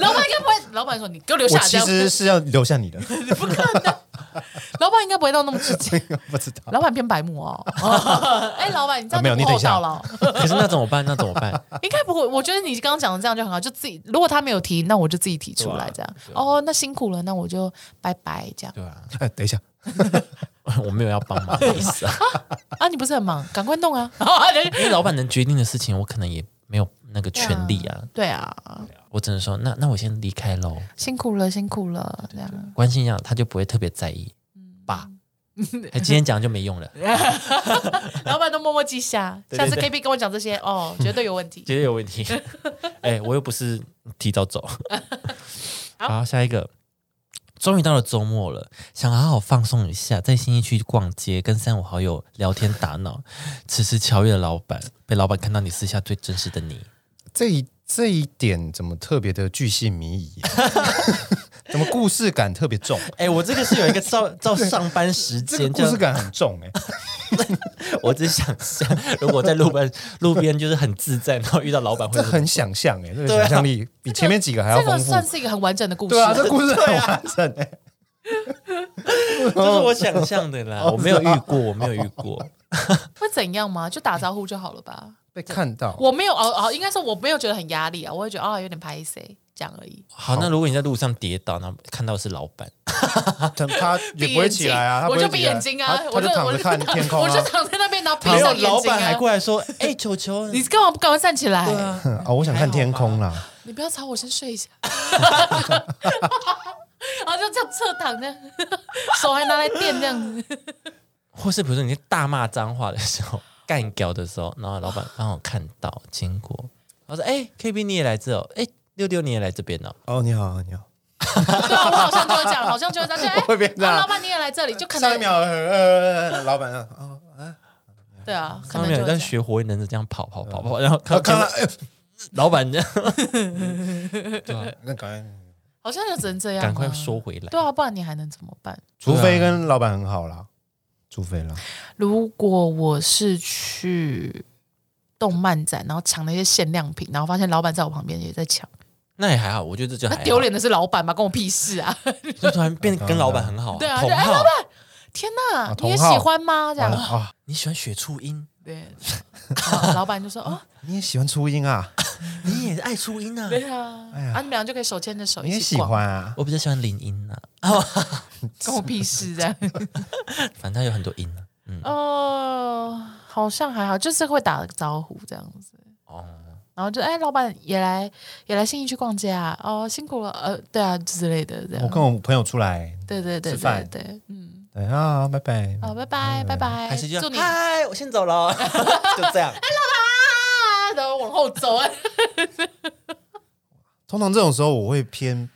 老板应该 不会，老板说你给我留
我
下，这
哦其
样
实是要留 下你的，
老板应该不会到那么直 接。
不知道。
老板偏白目哦。 哦哎，老板，你这样
啊没有
就
你
不
等
厚
一下
道了哦。
可是那怎么办？那怎么办？
应该不会，我觉得你刚刚讲的这样就很好，就自己如果他没有提，那我就自己提出来这样。哦，那辛苦了，那我就拜拜这样。
对啊，
哎，等一下，
我没有要帮忙的意思 啊，
啊，你不是很忙，赶快弄啊！对
因为老板能决定的事情，我可能也没有那个权利啊。
对啊，
我只能说，那那我先离开喽，
辛苦了，辛苦了，这样。
关心一下，他就不会特别在意。
嗯
爸，哎今天讲就没用了，
老板都默默记下，
对
下次
对
KB 跟我讲这些哦，绝对有问题。
绝对有问题。哎、我又不是提早走。
好
好，下一个。终于到了周末了，想好好放松一下，在新一区逛街，跟三五好友聊天打闹。 此时乔越的老板被老板看到你私下最真实的你，
这一这一点怎么特别的巨细靡 遗？怎么故事感特别重？
哎、我这个是有一个 照照上班时
这个
间，
故事感很重 哎、
这样我只想象，如果在路边 路边就是很自在，然后遇到老板会
这 很想象哎、这个想象力比前面几个还要
这个
丰富。
算是一个很完整的故事
对，啊，这故事很完整哎、
这是我想象的啦，我没有遇过，我没有遇过。
会怎样吗？就打招呼就好了吧。
被看到。
我没有哦哦，应该说我没有觉得很压力啊，我会觉得啊有点拍谁这样而已。
好，那如果你在路上跌倒，然后看到的是老板，
啊他 他也不会起来啊，他不
我
会
就
起
闭
来
眼睛啊
他，
我
他
就
就
我
躺
就
着看
躺
天空
我就
啊。
躺在那边，然后闭
然后
上眼
老
睛
板还
啊。
过来说：“哎、球球，
嗯你干嘛不赶快站起来？
对啊，
啊、我想看天空啦，
你不要吵我，先睡一下。 然后就这样侧躺这样， 手还拿来垫这样子。
或是比如说你在大骂脏话的时候、干屌的时候，然后老板刚好看到经过，然后说：“哎、k B 你也来这哦，哎、六六你也来这边哦。
哦，你好，你好。
对啊，我好像就会这样，好像就会这样。就哎
会变这样
哦老板你也来这里，就可
上
能
一秒，呃，老板啊，哦，
对啊，”可
上
能
面有
就会这
在
样嗯啊
学火影忍者这样跑跑跑跑，然后
看
看
看
看
了，
到
哎
老板这 样，
哎那赶快，
好像就只能这样啊。
赶快收回来。
对啊，不然你还能怎么办？
除非跟老板很好啦，除非啦，
如果我是去动漫展，然后抢那些限量品，然后发现老板在我旁边也在抢，
那也还好，我觉得这就
那
哎
还好
丢，脸的是老板吧，关我屁事啊！
就突然变得跟老板很好、啊，
对啊
同
就哎
好。
天哪
啊，
你也喜
同好
欢吗？这样
完了啊，
你喜欢雪初音，
对，啊老板就说 哦，
你也喜欢初音啊，
你也爱初音啊？
对啊，
哎呀
啊，你们俩就可以手牵着手
你
一
也
起
喜
逛，
欢啊，
我比较喜欢林音啊，
跟我屁事这样。
反正它有很多音啊。嗯，
哦，好像还好，就是会打个招呼这样子。
哦。
然后就哎，老板也来也来信义去逛街啊，哦，辛苦了，呃，对啊之类的这
我
样。
跟我朋友出来，
对对对
吃
对
饭
对，嗯，
对啊，拜拜。
好，拜拜拜拜，
嗯还是这样
祝你啊，
嗨，我先走了 哦，就这样。
然后往后走啊，
通常这种时候，我会偏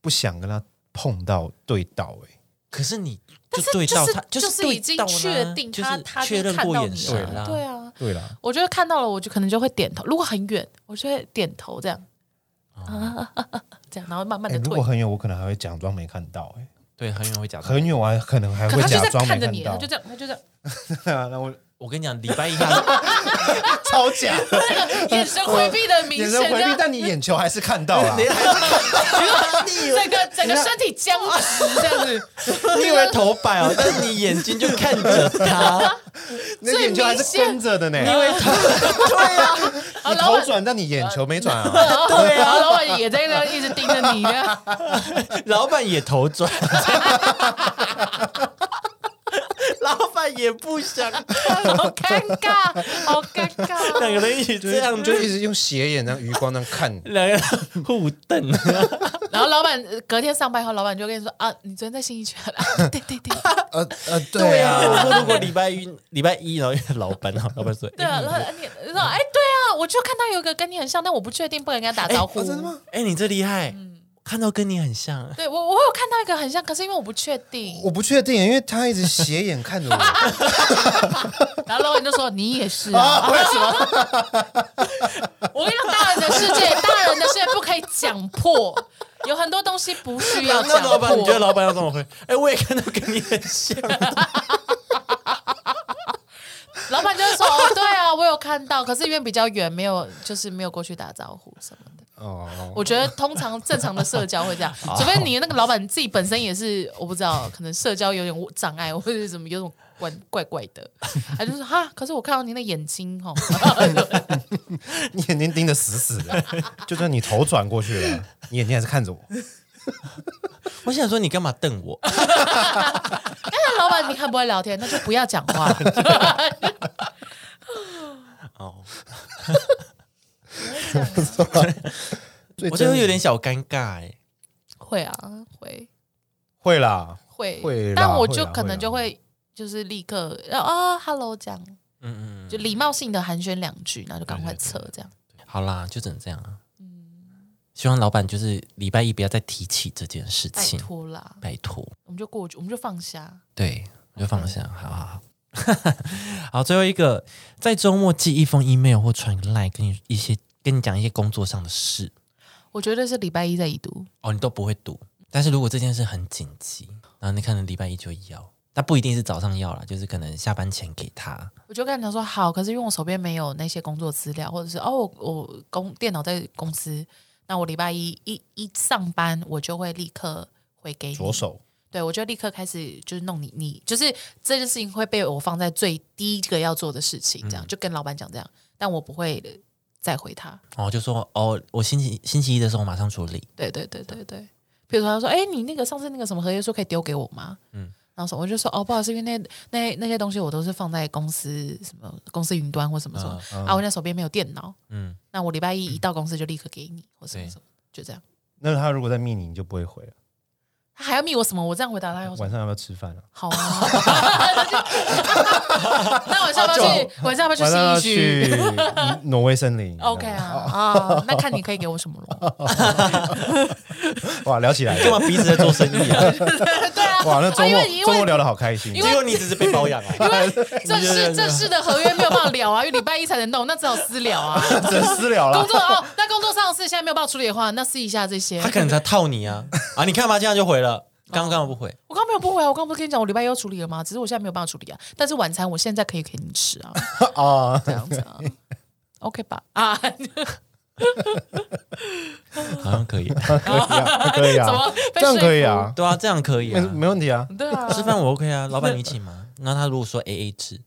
不想跟他碰到对到、欸，
可是你就对
就
到
是
他，
就是
对
已经
到啦
确定
就
他
是
他就
确认
看
过
到
眼
你
神啦，
对啊，
对啦，
我觉得看到了，我就可能就会点头。如果很远，我就会点头这样，啊， 这样，然后慢慢的
哎、如
退
果。很远，我可能还会假装没看到、哎，
对，很有人会讲。
很远我还可能还
可
会
他就
假
在
装没
看着你，啊他
到
就，这样，他就这样，
那我
我跟你讲，礼拜一 他
超 假，
眼神回避的 明
眼
显，
神回
这
避
样，
但你眼球还是看到啊 了。
整个整个身体僵直这样子。
你以为头摆哦，但是你眼睛就看着 他，
那眼球还是跟着 的呢。
因为他
好，
你
老
头
板，
转，但你眼球没转啊。
对啊，老板也在那一直盯着你这样。
老板也头转， 老板也不想，
好尴尬，好尴尬。
两个人一起这样就，
就一直用斜眼、让余光那样看
两个人互瞪，
然后老板呃隔天上班后，老板就跟你说啊，你昨天在新一圈了、啊， 对 对对，
呃呃，对
我
啊，
说如果礼拜一礼拜一，然后因为老板，然后老板说，
对啊，然后呃你你说哎，对啊，我就看到有一个跟你很像，但我不确定，不敢跟他打招呼。
哦
嗯
真的吗？
哎，你这厉害，看到跟你很像，
对我，我有看到一个很像，可是因为我不确定。
我不确定，因为他一直斜眼看 着我，
然后老板就说你也是啊，为什么？ 我跟你讲，大人的世界，大人的世界不可以讲破，有很多东西不需要
那
讲
老板，你觉得
破。
老板要怎么回？哎，我也看到跟你很 像，哦
老板就会说哦，对啊，我有看到，可是因为比较远，没有就是没有过去打招呼什么的。
哦，
我觉得通常正常的社交会这样，
哦
除非你那个老板自己本身也是，我不知道，可能社交有点障碍，或者是什么有种怪怪怪的，他就说哈，可是我看到您的眼睛哦，
你眼睛盯得死死的，就算你头转过去了，你眼睛还是看着我，
我想说你干嘛瞪我？
那老板你很不会聊天，那就不要讲话。
哦，
啊 所以
我这
真
会
的
有点小尴尬哎。
会啊，会
会啦，
会
会啦
但我
会
就
啦
可能就
会
会就是立刻然后啊，hello 这样，
嗯嗯
就
嗯，
礼貌性的寒暄两句，然后就赶快
对对
撤这样。
好啦，就只能这样啊。希望老板就是礼拜一不要再提起这件事
拜
情，
托啦，
拜托。
我们就过去，我们就放下。
对，我就放下，好好 好。好，最后一个，在周末寄一封 email 或传个 line 跟你一些跟你讲一些工作上的事
我觉得是礼拜一在已读，
哦，你都不会读。但是如果这件事很紧急，然后你可能礼拜一就要，但不一定是早上要啦，就是可能下班前给他。
我就跟他讲说好，可是因为我手边没有那些工作资料，或者是哦，我我公电脑在公司，那我礼拜一一一上班，我就会立刻回给你。
左手
对我就立刻开始就是弄你，你就是这件事情会被我放在最第一个要做的事情，这样、
嗯
就跟老板讲这样，但我不会再回他。
哦，就说哦，我星期星期一的时候马上处理。
对对对对对，比如说他说，哎、你那个上次那个什么合约书可以丢给我吗？嗯，然后说我就说，哦，不好意思，因为那那那些东西我都是放在公司什么公司云端或什么什么、啊，我那手边没有电脑，
嗯，
那我礼拜一一到公司就立刻给你或什么
对
什么，就这样。
那他如果在密你，你就不会回了。
他还要密我什么？我这样回答他有什么
晚？上要不要吃饭啊？
好啊， 那晚上要不要去？晚上要不
晚上
要
要
去信义
去
区
挪威森林。
？OK 啊，啊，那看你可以给我什么了。
哇，聊起来
干嘛彼此在做 生意啊？
对啊，
哇，那周
啊因
末
为因为
周末聊得好开心
结。果你只是被包养啊！
正式正式的合约没有办法聊啊，因为 礼拜一才能弄，那只好私聊啊。
真私聊
工
啦，
作哦，那工作上的事现在没有办法处理的话，那试一下这些
他。可能在套你啊！ 啊，你看嘛，这样就回了，刚刚不回，
我刚没有不回啊，我刚不是跟你讲我礼拜一要处理了吗？只是我现在没有办法处理啊，但是晚餐我现在可以给你吃啊，
啊，
这样子啊，OK 吧？啊，
好像可以。
可以啊，可以
怎
啊
么，被
这样可以
说
啊，
对啊，这样可以
没
啊。
没问题啊。
服？对啊，
吃饭我 OK 啊，老板你请吗？那他如果说 A A 制，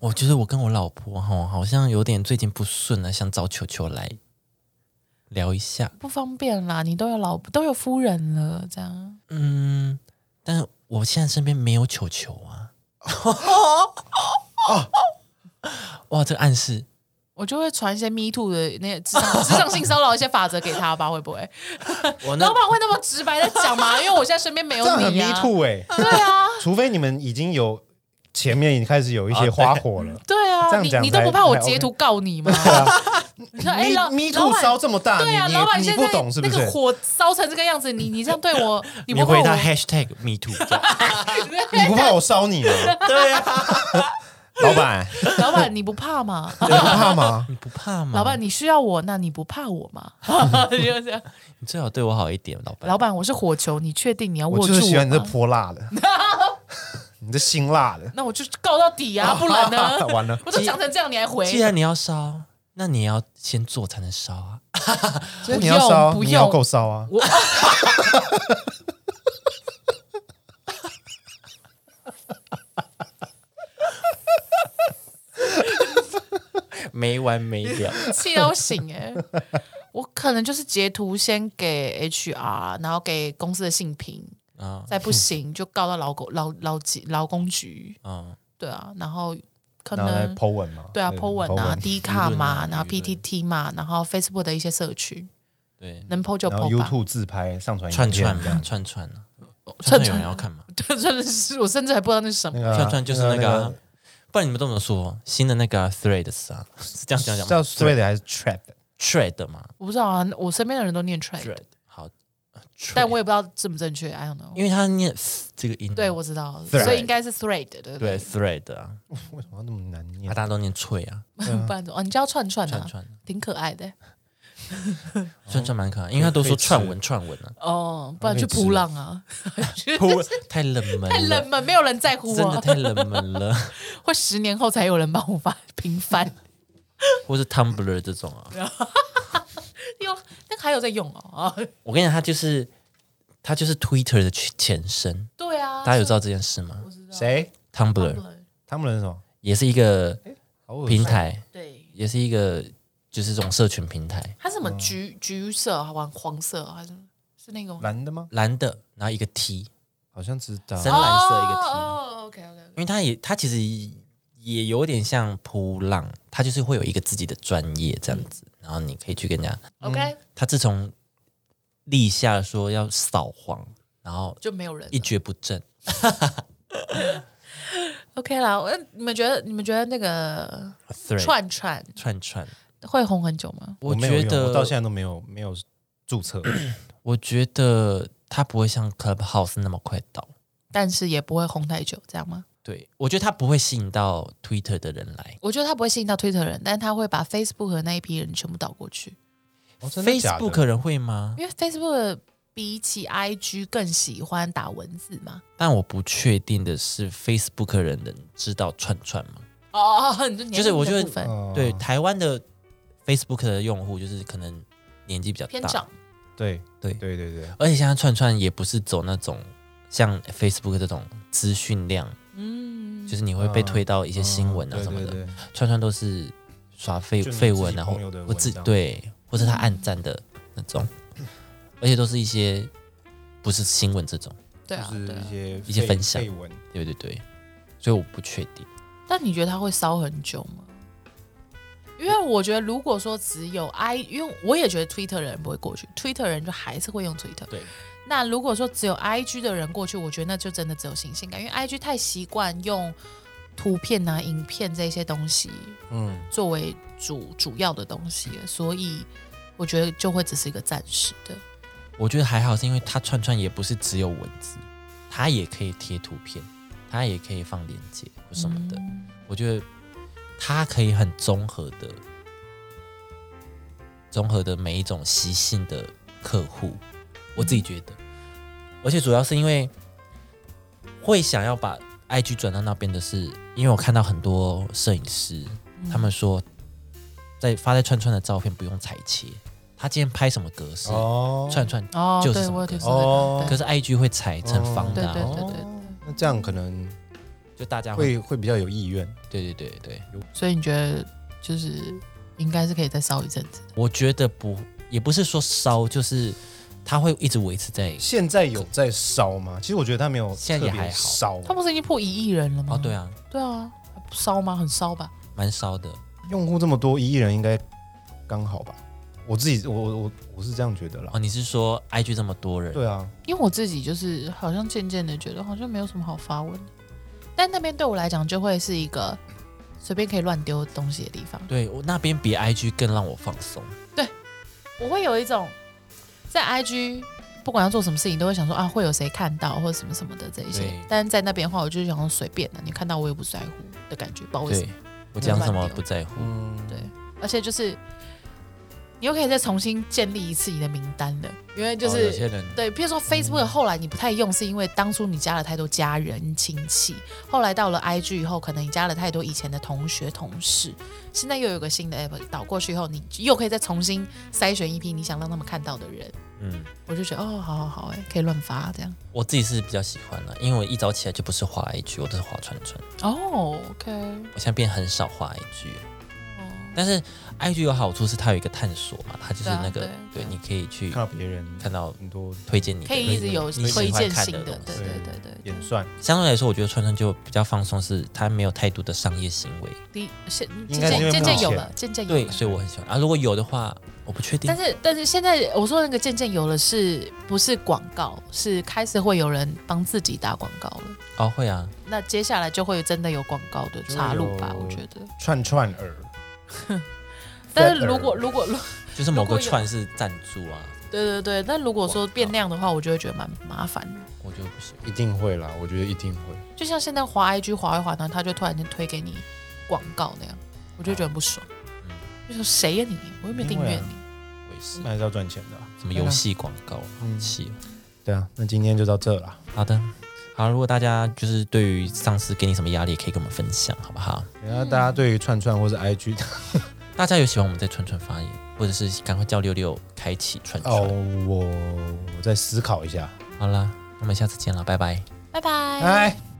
我觉得我跟我老婆哈好像有点最近不顺了，想找球球来聊一下。
不方便啦，你都有老都有夫人了，这样
嗯，但我现在身边没有球球啊。哦哇，这个暗示
我就会传一些 Me Too 的那些职场职场性骚扰一些法则给他吧，会不 会？
我那
老板会那么直白的讲吗？因为我现在身边没有
这样很
你
me
啊，
too 哎，
对啊，
除非你们已经有前面已经开始有一些花火了，
对
这
啊，
样
你
讲
你都
才
不怕我
才
截
OK
图告你吗？
对啊，
你 说哎老
咪
老
兔
板
烧这么大，
对啊，
你
老板
你
现
你
在
不懂是不
那个
是？
火烧成这个样子，你你这样对 我，你
你
不怕
回答
我？
hashtag me too，这样
你不怕我 烧你吗？
对啊，
老板，
老板你不怕 吗？
你不怕吗？
你不怕吗？
老板你需要我，那你不怕我吗？ 就是这样。
你最好对我好一点，老板。
老板我是火球，你确定你要
我
握
就
住
是喜欢你这
吗？
泼辣 的，你这辛辣的，
那我就告到底啊，不然 呢？
完了，
我都讲成这样，你还回？
既然你要烧，那你也要先做才能烧啊。
所以你要烧，
不用
你要够烧啊！
我
没完没 了。
气到醒哎、我可能就是截图先给 HR，然后给公司的信评，
啊
再不行就告到劳工劳劳基劳工局，
啊，
对啊，然后可
然后再
能
Po 文嘛，
对啊，Po 文啊、D 卡
舆论
嘛
啊，
然后
舆论
PTT 嘛，然后 Facebook 的一些社群，
对，
能 Po 就
然后
Po 吧。
YouTube 自拍上传
串串
影片这
嘛
样，
串串啊，
串
串串有人要看吗？
对， 真的是，我甚至还不知道那是什么
那。个啊
串串就是那个啊
个，
不然你们都怎么说？新的那个啊 Threads 啊，是这样讲讲
叫
吗
Thread 还是 Trap？
Thread 嘛
我不知道啊，我身边的人都念 trade，
，Thread 好，呃
但
Thread
我也不知道正不正确，I don't know。
因为他念 th 这个音，
对，我知道，
Thread
所以应该是 thread，对不
对？Thread 啊，
为什么要那么难
啊
念
大？家都念脆啊，
不然怎么？哦，你叫串串
串
啊，
串
挺可爱的。
串串蛮可爱，因为他都说串文串文啊，
哦，不然去扑浪啊，
不太冷门了，
太冷门，没有人在乎
真的
我，
太冷门了，
会十年后才有人帮我发 平翻。
或是 Tumblr 这种啊，
有那个还有在用哦， 啊，
我跟你讲，他就是他就是 Twitter 的前身，
对啊，
大家有知道这件事吗
谁？
？Tumblr
他们人是什么？
也是一个
好恶心
平台，
对，
也是一个就是这种社群平台，
它是什么橘橘色还是黄色啊还是是那个吗？
蓝的吗？
蓝的，然后一个 T，
好像知道。
深蓝色一个 T，、
哦，OK OK，
因为它也它其实也有点像扑浪，它就是会有一个自己的专业这样子，然后你可以去跟人家。
OK，
他自从立下说要扫黄，然后
就没有人了
一蹶不振，
OK 啦。我你们觉得你们觉得那个
Thread，
串串
串串，
会红很久吗？
我
没有
觉
用
得
我到现在都没有没有 注册，哦
我觉得它不会像 Clubhouse 那么快倒。
但是也不会红太久，这样吗？
对，我觉得它不会吸引到 Twitter 的人来。
我觉得他不会吸引到推特人，但他会把 Facebook 的那一批人全部倒过去，
哦真的假的
Facebook 人会吗？
因为 Facebook 比起 IG 更喜欢打文字嘛。
但我不确定的是，Facebook 人能知道串串吗？
哦哦哦，你就
就是我觉得
部分
嗯
对，台湾的 Facebook 的用户就是可能年纪比较
偏
大
长，，
对
对
对对对，
而且现在串串也不是走那种像 Facebook 这种资讯量，
嗯，
就是你会被推到一些新闻啊
嗯
什么的。
对对对
串串都是刷绯
就你
绯闻
自己
啊，或
朋友的文
我自
章
对，或者他暗赞的那种，而且都是一些不是新闻这种，
对啊
就，是
对啊
一。些
一些
绯
分享
绯闻，
对对对，所以我不确定。
但你觉得他会烧很久吗？因为我觉得，如果说只有 I，因为我也觉得 Twitter 的人不会过去，Twitter 人就还是会用 Twitter。
对，
那如果说只有 IG 的人过去，我觉得那就真的只有新鲜感，因为 IG 太习惯用图片啊、影片这些东西
嗯，
作为主主要的东西了，所以我觉得就会只是一个暂时的。
我觉得还好，是因为它串串也不是只有文字，它也可以贴图片，它也可以放链接或什么的。我觉得它可以很综合的，综合的每一种习性的客户，我自己觉得。而且主要是因为会想要把 IG 转到那边的是，因为我看到很多摄影师，他们说在发在串串的照片不用裁切，他今天拍什么格式，
哦
串串
哦，
就是
对
什么
我有听
歌
说这
哦
个
可是 IG 会裁成方的、啊，
对对对
哦那这样可能
就大家会，
会会比较有意愿，
对对对对，
对所以你觉得就是应该是可以再烧一阵子的。
我觉得不，也不是说烧，就是它会一直维持在，
哦
现在有在烧吗？其实我觉得他没有
现在
特
也
别
还好
烧，啊
他不是已经破一亿人了吗？
哦，对啊，
对啊，不烧吗？很烧吧？
蛮烧的，
用户这么多，一亿人应该刚好吧？我自己我我我我是这样觉得啦
哦，，你是说 IG 这么多人，
对啊，
因为我自己就是好像渐渐的觉得好像没有什么好发文的，但那边对我来讲就会是一个随便可以乱丢东西的地方。
对我那边比 IG 更让我放松。
哦我会有一种在 IG 不管要做什么事情，都会想说啊，会有谁看到或者什么什么的这一些
对。
但是在那边的话，我就是想说随便的、你看到我也不在乎的感觉，不知道为什
对
么。
我讲什么
乱丢
不在乎，
嗯，
对，而且就是你又可以再重新建立一次你的名单了，因为就
哦
是、
有些人
对，譬如说 Facebook 后来你不太用，是因为当初你加了太多家人亲戚，后来到了 IG 以后，可能你加了太多以前的同学同事，现在又有个新的 app 导过去以后，你又可以再重新筛选一批你想让他们看到的人，
嗯，
我就觉得哦，好好好，哎，可以乱发这样。
我自己是比较喜欢的，因为我一早起来就不是滑 IG，我都是滑串串。
哦，OK、o
我现在变很少滑 IG，
k
但是 IG 有好处是它有一个探索嘛，它就是
对啊
那个
对
对，你可以去
看到别人
看到
很多
推荐你的，
可以一直有
你喜欢
推荐
看
性
的
的，
东
对
西。
对对对对
演算，
相对来说，我觉得串串就比较放松，是它没有太多的商业行为，
第现渐
应该是因为
渐渐
目
渐有
前
了，渐渐有
对，
了
所以我很喜欢啊。如果有的话，我不确定
但。是但是现在我说那个渐渐有了是，不是广告？是开始会有人帮自己打广告了。
哦，会啊，
那接下来就会真的有广告的插入吧
就，有
我觉得。
串串耳。
但是如果如果如
就是某
如果
个
有
串是赞助啊，
对对对，但如果说变那样的话，我就会觉得蛮麻烦的。
我就不行。
一定会啦，我觉得一定会。
就像现在滑 IG 滑一滑，然后他就突然间推给你广告那样，我就觉得很不爽。
嗯
就说谁呀你？我又没有订阅
因为啊
你。
我也是，
那还是要赚钱的啊。
什么游戏广告，好
嗯
气哦。
对啊，那今天就到这啦。
好的，好，如果大家就是对于上司给你什么压力，也可以跟我们分享，好不好？
然后大家对于串串或是 IG
大家有喜欢我们在串串发言，或者是赶快叫六六开启串串。
哦，我我再思考一下。
好啦，那我们下次见了，拜拜。
拜拜。
哎。